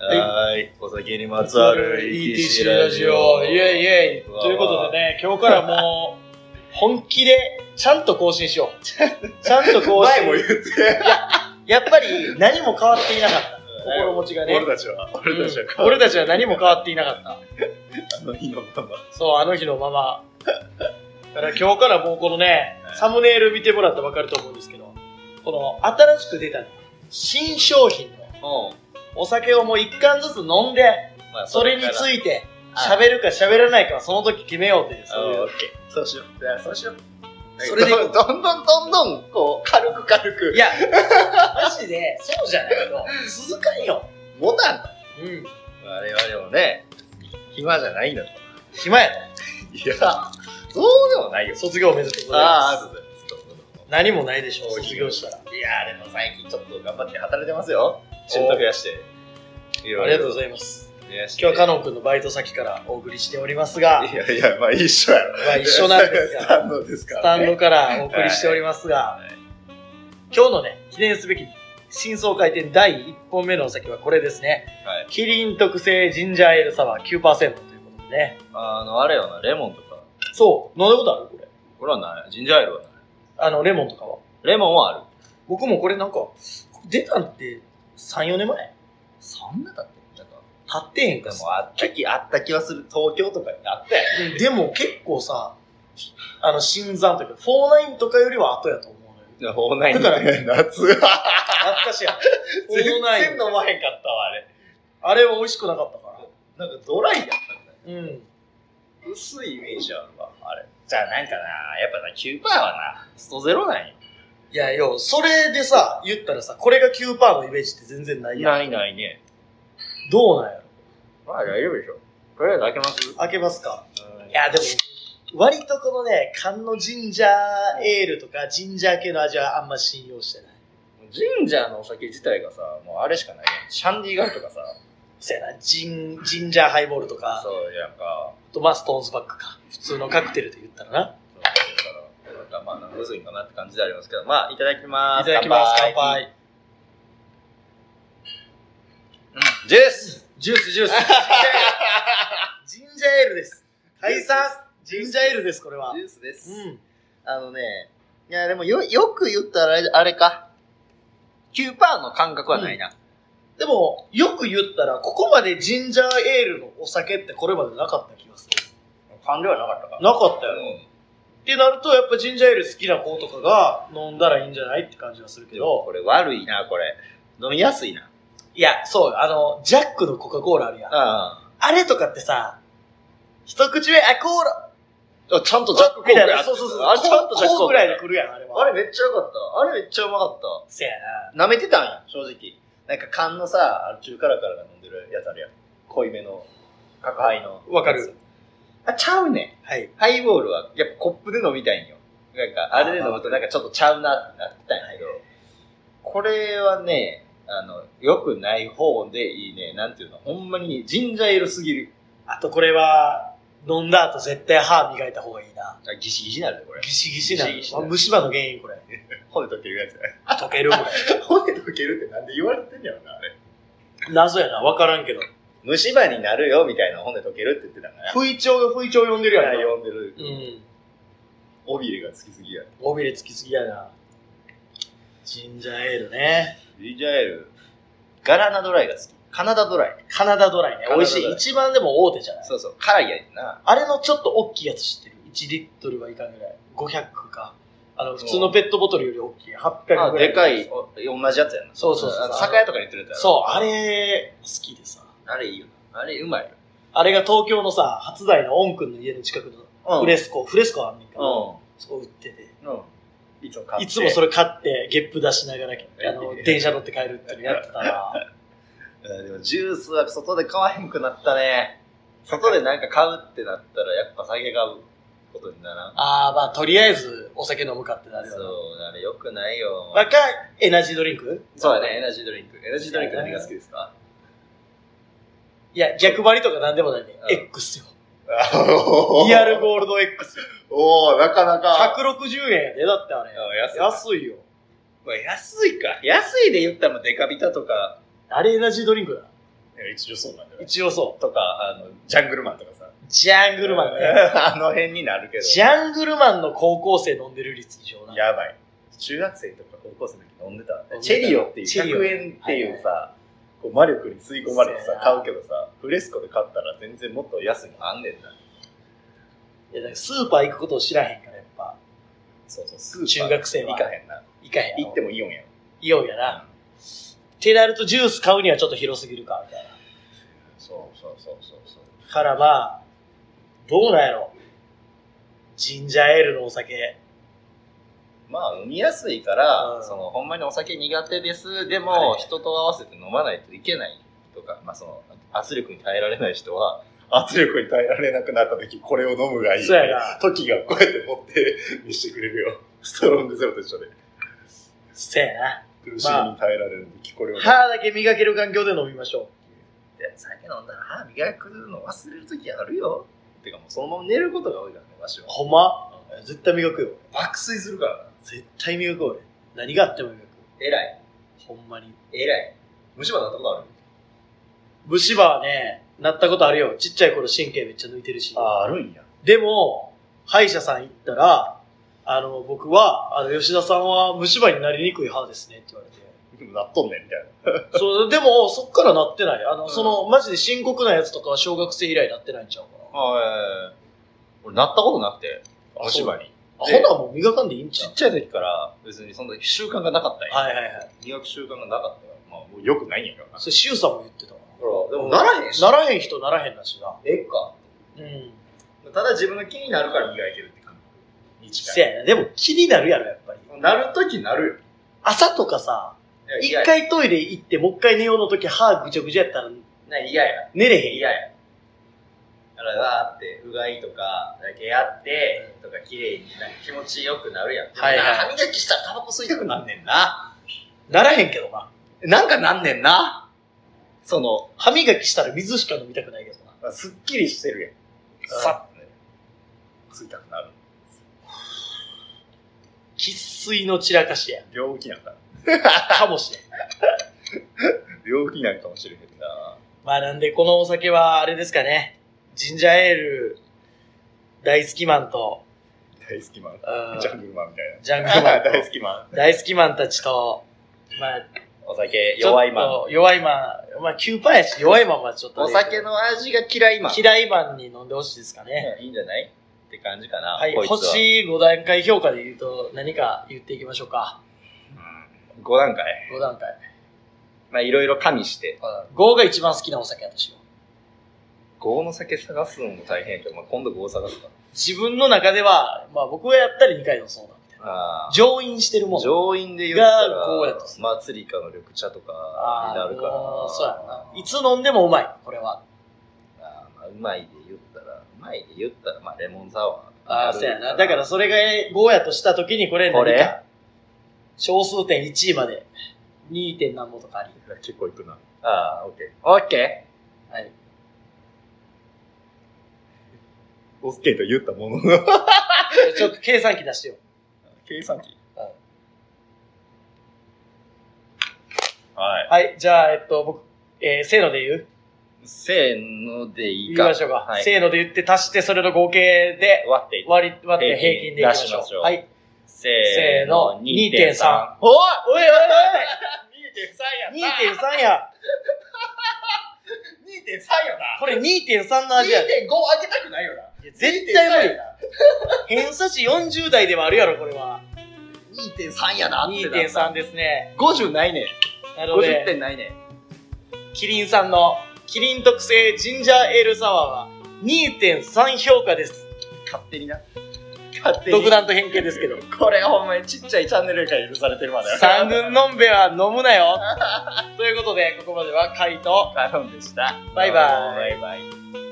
はい。お酒にまつわる ETC ラジオ。イェイイェイうわーということでね、今日からもう、本気で、ちゃんと更新 しよう。ちゃんと更新。前も言って、やっぱり、何も変わっていなかった。 心持ちがね。俺たちは、俺たちはうん俺たちは何も変わっていなかった。あの日のまま。そう、あの日のまま。だから今日からもうこのね、サムネイル見てもらったら分かると思うんですけど、この新しく出た新商品のお酒をもう一缶ずつ飲んで、まあそれについて。いて喋るか喋らないかはその時決めようという、あそういうオッケー。そうしよう。じゃあそうしよう。それでどんどんどんどんどん、こう、軽く軽くい。 や、マジで、そうじゃないと、続かんよ。モダンうん。我々もね、暇じゃないんだと。暇やね。いや、そうでもないよ。卒業おめでとうございああ、ありがまとうございますどうもどす。何もないでしょ、卒業したら。うも。いやー、でも最近ちょっと頑張って働いてますよ。仕事増やして。ありがとうごいざいます。ます。増やして今日はカノン君のバイト先からお送りしておりますが、いやいや、まあ一緒やろ。まあ一緒なんですがスタンドですかスらタね、ンドからお送りしておりますが、今日のね、記念すべき真相回転第1本目のお酒はこれですね。はい。キリン特製ジンジャーエールサワー9%ということでね。あの、あれよな、レモンとか。そう、飲んだことあるこれ。これはない。ジンジャーエールはない。あの、レモンとかは。レモンはある。僕もこれなんか、出たんって3、4年前そんなだってなんか。経ってへんでかもあった気、あった気はする。東京とかにあったやん。ででも結構さ、あの、新参というか、49とかよりは後やと思うのよ。いや、フォーナイン だからね、夏は。懐かしい やん。 全然49飲まへんかったわ、あれ。あれは美味しくなかったかなんかドライやったんだよ。ら。うん。薄いイメージあるわ、あれ。じゃあなんかな、やっぱな、9%はな、ストゼロなんよ。いや、よ、それでさ、言ったらさ、これが9%のイメージって全然ないやん。いないね。どうなんやろまあ大丈夫でしょ。とりあえず開けます開けますかうんいや、でも、割とこのね、缶のジンジャーエールとか、ジンジャー系の味はあんま信用してない。ジンジャーのお酒自体がさ、もうあれしかないやん。シャンディガルとかさ、そやな、ジン、ジンジャーハイボールとか。そう、なんか、とまあストーンズバックか普通のカクテルで言ったらなそうだから、なんかまあ、なんかむずいかなって感じでありますけど、まあ、いただきまいす。ただきます乾。杯うん、ジュースジュースジュース ジンジャーエールです解散ジンジャーエールですこれはジュースです。うんあのね、いや、でもよ、よく言ったらあれあれか。9%の感覚はないな。でもよく言ったらここまでジンジャーエールのお酒ってこれまでなかった気がする感情はなかったか。なかったよねうん。ってなるとやっぱジンジャーエール好きな子とかが飲んだらいいんじゃないって感じはするけでも、どこれ悪いな、これ。飲みやすいな。いやそうあのジャックのコカ・コーラあるやんああれとかってさ一口目あコーラあ。ちゃんとみたいな。そうそうそう。あれちゃんとジャックコこうこーうぐクらいで来るやん、あれは。あれめっちゃよかった。あれめっちゃうまかった。せやな。舐めてたんや、正直。なんか缶のさ、あの中辛からが飲んでるやつあるやん。濃いめの、角杯の。わかる。あ、ちゃうねはい。ん。ハイボールは、やっぱコップで飲みたいんよ。なんか、あれで飲むとなんかちょっとちゃうなってなってたんやけど、これはね、あの、良くない方でいいね。なんていうの、ほんまにジンジャーエールすぎる。あとこれは、飲んだ後絶対歯磨いた方がいいな。あギシギシなるね、これギ。シギシなのギシギシなのあ虫歯の原因これ。骨溶けるやつや。溶けるこれ。 骨溶けるってなんで言われてんやろな、あれ。謎やな。わからんけど。虫歯になるよ、みたいな骨溶けるって言ってたから。不意調が不意調呼んでるやんな。呼んでる。うん。尾びれがつきすぎや。尾びれつきすぎやな。ジンジャーエールね。ジンジャーエール、ガラナドライが好き。カナダドライ。カナダドライね。カナ美ダド味しライい。一番でも大手じゃない。そうそう、辛いやつな。あれのちょっと大きいやつ知ってる ?1 リットルはいかんぐらい。500か。あの、普通のペットボトルより大きい。800あ、ぐらい。でかい、お同じやつやな。そうそうそうあの酒屋とかに売ってるやつやろそう、あ。れ、好きでさ。あれいいよな。あれうまいよ。あれが東京のさ、初代のオン君の家の近くのうフレスコ、フレスコあんねんけど、うそこ売ってて。ん。うん。いつも買って。いつもそれ買って、ゲップ出しながら、あの、ええ電車乗って帰るっていうのやってたら、うんでもジュースは外で買わへんくなったね。外でなんか買うってなったら、やっぱ酒買うことにならん。あー、まあ、とりあえずお酒飲むかってなるそよね。う、あれよくないよ。若いエナジードリンクそうやね、エ。ナジードリンク。エナジードリンク何が好きですかいや、逆張りとかなんでもないね。うん X よ。リリアル。ゴールド X。 おおなかなか。 160円やで、だってあれ。安いよ。まあ安いか。安いで言ったらもうデカビタとか、あれエナジードリンクだな。や一応そうなんじゃない一応そう。とか、あの、ジャングルマンとかさ。ジャングルマン ね。あの辺になるけど。ジャングルマンの高校生飲んでる率異常な。やばい。中学生とか高校生の時飲んでたわ飲んでチたェリオっていうチェリオ100円っていうさ、こう魔力に吸い込まれてそうさや、な買うけどさ、フレスコで買ったら全然もっと安いのあんねんな。いやだからスーパー行くことを知らへんから、やっぱ。そうそう、スーパー中学生は行かへんな。いかへんや行ろってもイオンやん。イオンやな。ってなるとジュース買うにはちょっと広すぎるか、みたいな。そうそうそうそうそう。からまあ、どうなんやろ。ジンジャーエールのお酒。まあ、飲みやすいから、うんその、ほんまにお酒苦手です。ではいも、はい人と合わせて飲まないといけないとか、まあ、その、圧力に耐えられない人は、 圧力に耐えられなくなった時、これを飲むがいい。そうやな時がこうやって持って 見してくれるよ。ストロングゼロと一緒で。せやな。苦しみに耐えられる時、これを飲む。歯だけ磨ける環境で飲みましょで酒飲んだら歯磨くの忘れる時あるよ。てかもうそのまま寝ることが多いからね、わしう。は。ほんま絶対磨くよ。爆睡するからな。絶対磨く俺。何があっても磨く。偉い。ほんまに。偉い。虫歯なったことある虫歯はね、なったことあるよ。ちっちゃい頃神経めっちゃ抜いてるし。あ、あるんや。でも、歯医者さん行ったら、あの、僕は、あの、吉田さんは虫歯になりにくい歯ですねって言われて。で もなっとんねん、みたいな。そう、でも、そっからなってない。あの、うんその、マジで深刻なやつとかは小学生以来なってないんちゃうかな。はい。俺、なったことなくて、あお芝居に。あでほなもう磨かんでいいんちちゃっちゃい時から、別にそんな習慣がなかったんうや。はいはいはい。磨く習慣がなかったから、まあ、もう良くないんやからな。それ、シュウさんも言ってたわ。ほら、でも、なならへんし。ならへん人ならへんだしな。ええか。うん。ただ自分が気になるから磨いてるって感じ。にせ近い。やな。でも気になるやろ、やっぱり。なるときなるよ。朝とかさ、い一や、回トイレ行って、もう一回寝ようの時歯ぐちゃぐちゃやったらな嫌や。寝れへんやん嫌や。だから、わーって、うがいとか、出会って、とか、綺麗になんか気持ちよくなるやん。はいはい歯磨きしたらタバコ吸いたくなんねんな。ならへんけどな。なんかなんねんな。その、歯磨きしたら水しか飲みたくないけどな。すっきりしてるやん。さっとね、ついたくなる。喫水の散らかしや。病気なんか。かもしれん。病気なんかもしれへんな。まあなんでこのお酒はあれですかね。ジンジャーエール大好きマンと、大好きマン。うんジャングルマンみたいジャングルマな。ン と大好きマン。大好きマンたちと、まあ、お酒ちょっと弱いマン、まあ9パーやし、弱いマンはちょっとおね、酒の味が嫌いマン。嫌いマンに飲んでほしいですかね。いいんじゃないって感じかな。はい、こいつは星5段階評価で言うと何か言っていきましょうか。うん5段階。 5段階。まあいろいろ加味して。 5が一番好きなお酒やとしよう。 5の酒探すのも大変やけど、まあ今度5探すか。自分の中では、まあ僕がやったり2回のそうだみたいな。あー上院してるもん。上院で言ったらがこうやとす、まあ釣りかの緑茶とかあにーなるからもう。そうやろないつ飲んでもうまい、これは。あーまあ、うまいで言ったら、うまいで言ったら、まあ、レモンサワー。ああ、そうやな。だから、それが5やとしたときにこれこ何れか小数点1位まで 2. 点何ぼとかあり。結構いくな。ああ、オッケー。オッケはい。ーオッケーと言ったものの。ちょっと計算機出してよ。 計算機ははい。はい、じゃあ、えっと、僕、えー、せーので言うせーのでいい言いか。ましょうか。はい。せーので言って足してそれの合計で割っていって割り、割って平均でいきましょ平均出しう。ましょうはい。せせーの、お2.3。いおいおいおい !2.3 や !2.3 や !2.3 よなこれ2.3の味やで。上げたくないよな。絶対無理偏差値40代でもあるやろ、これは。 2.3やなってな2.3ですね。 50ないねん。なの50で、点ないねん。キリンさんのキリン特製ジンジャーエールサワーは2.3評価です。勝手にな。勝手に。独断と偏見ですけど。これほんまにちっちゃいチャンネルから許されてるまで。三軍のんべは飲むなよ。ということで、ここまではカイとカロンでした。バイバイバイバイ。